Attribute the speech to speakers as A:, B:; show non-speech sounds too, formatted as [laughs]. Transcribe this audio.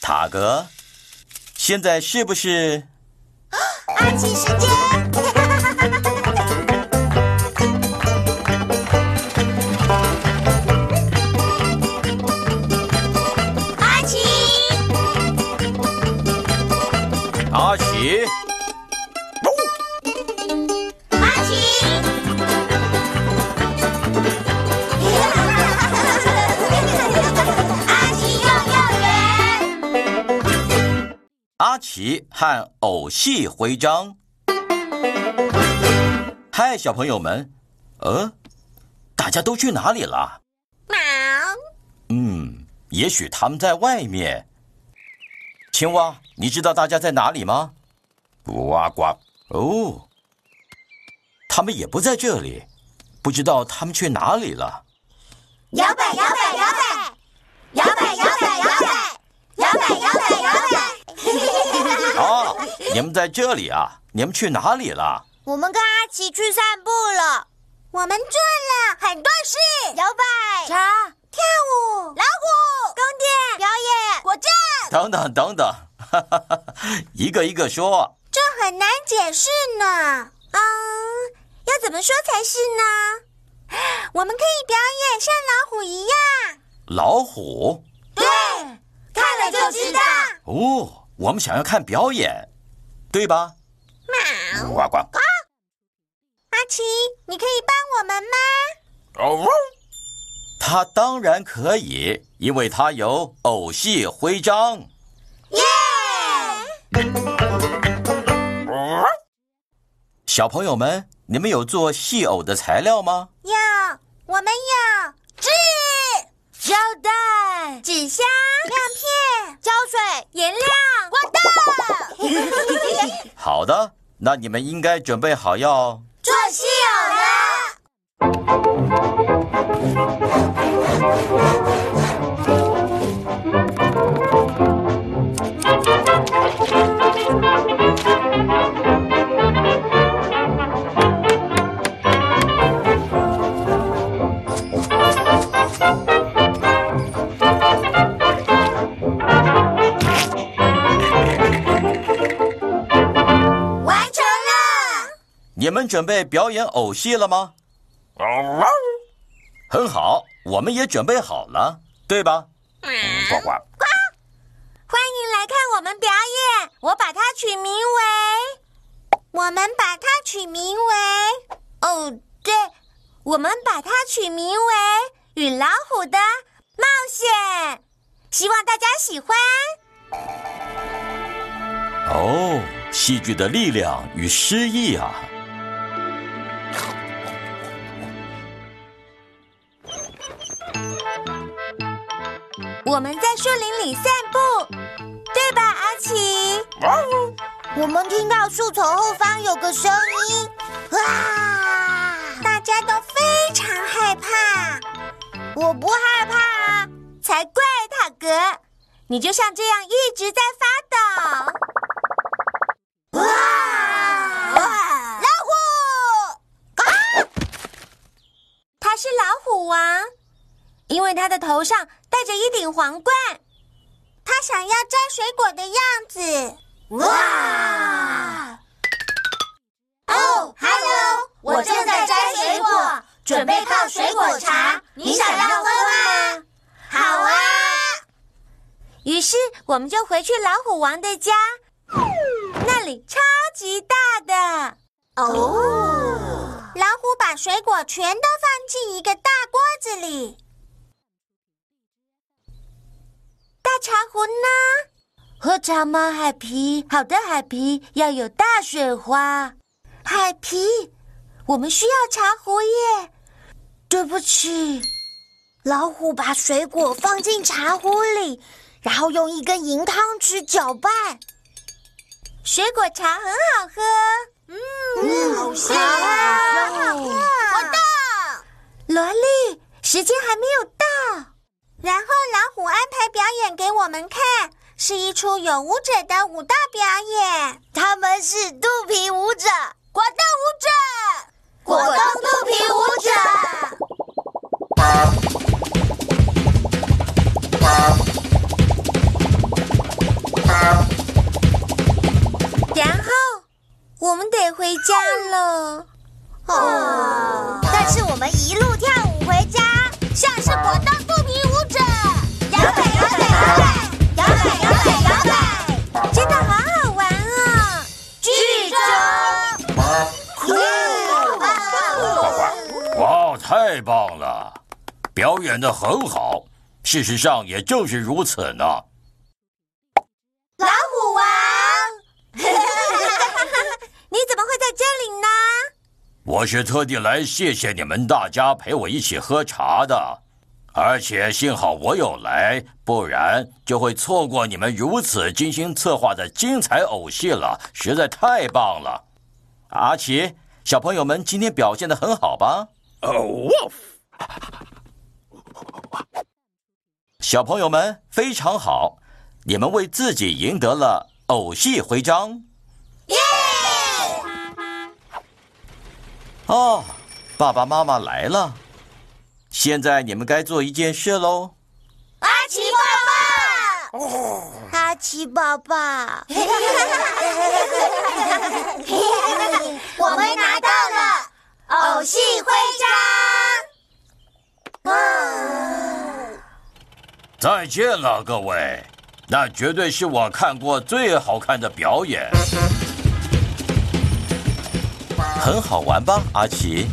A: 塔格，现在是不是
B: 阿奇时间，阿奇，
A: 阿奇？
B: 阿奇。阿奇幼幼园，
A: 阿奇和偶戏徽章。嗨，小朋友们，呃，大家都去哪里了？
B: 毛
A: 嗯，也许他们在外面。青蛙，你知道大家在哪里吗？呱呱。哦，他们也不在这里，不知道他们去哪里了。
B: 摇摆摇摆摇摆，摇摆摇摆摇摆，摇摆摇摆摇摆。
A: 啊，
B: [laughs]
A: 你们在这里啊？你们去哪里了？
B: 我们跟阿奇去散步了，我们做了很多事：摇摆、茶、跳舞、老虎、宫殿、表演、果阵。
A: 等等等等， [laughs] 哈哈哈一个一个说。
B: 这很难解释呢。嗯，要怎么说才是呢？我们可以表演像老虎一样。
A: 老虎
B: 对，看了就知道。
A: 哦，我们想要看表演，对吧？呱呱。
B: 阿奇，你可以帮我们吗？
A: 哦，他当然可以，因为他有偶戏徽章。
B: 耶、
A: 小朋友们，你们有做戏偶的材料吗？
B: 有，我们有纸、胶带、纸箱、亮片、胶水、颜料、光灯。
A: 好的，那你们应该准备好要
B: 做戏偶了。完成了。
A: 你们准备表演偶戏了吗？很好，我们也准备好了，对吧？呱呱。
B: 欢迎来看我们表演。我把它取名为，我们把它取名为，哦，对，我们把它取名为《与老虎的冒险》，希望大家喜欢。
A: 哦，戏剧的力量与诗意啊！
B: 我们在树林里散步，对吧，阿奇？我们听到树丛后方有个声音，哇！大家都非常害怕。我不害怕啊，才怪！塔格，你就像这样一直在发抖。哇！老虎！啊他是老虎王，因为他的头上戴着一顶皇冠。他想要摘水果的样子。哇！哦，Hello，我正在摘水果，准备泡水果茶。你想要喝吗？好啊！于是我们就回去老虎王的家，那里超级大的哦。老虎把水果全都放进一个大锅子里。大茶壶呢？喝茶吗，海皮？好的，海皮要有大雪花。海皮，我们需要茶壶耶。对不起，老虎把水果放进茶壶里，然后用一根银汤匙搅拌。水果茶很好喝，嗯，好香啊！好喝，我到。萝莉，时间还没有到。然后老虎安排表演给我们看，是一出有舞者的舞蹈表演。他们是肚皮舞者、果冻舞者、果冻肚皮舞者。回家了。
C: 哦，但是我们一路跳舞回家，
D: 像是我当肚皮舞者，
C: 摇摆摇摆摇摆，摇摆摇摆摇摆，
B: 真的好好玩哦！
C: 剧中酷
B: 哦
A: 呱呱！哇，太棒了，表演的很好。事实上，也正是如此呢。
C: 老虎王，
B: [laughs] 你怎么会在这里呢？ [laughs]
A: 我是特地来谢谢你们大家陪我一起喝茶的，而且幸好我有来，不然就会错过你们如此精心策划的精彩偶戏了，实在太棒了！阿奇，小朋友们今天表现的很好吧？
E: 哦，哇！
A: 小朋友们非常好，你们为自己赢得了偶戏徽章。
C: 耶！
A: 哦，爸爸妈妈来了，现在你们该做一件事喽。
C: 阿奇爸爸，
B: 阿奇宝宝， [laughs]
C: 我们拿到了偶戏徽章。
A: 再见了，各位，那绝对是我看过最好看的表演，很好玩吧，阿奇？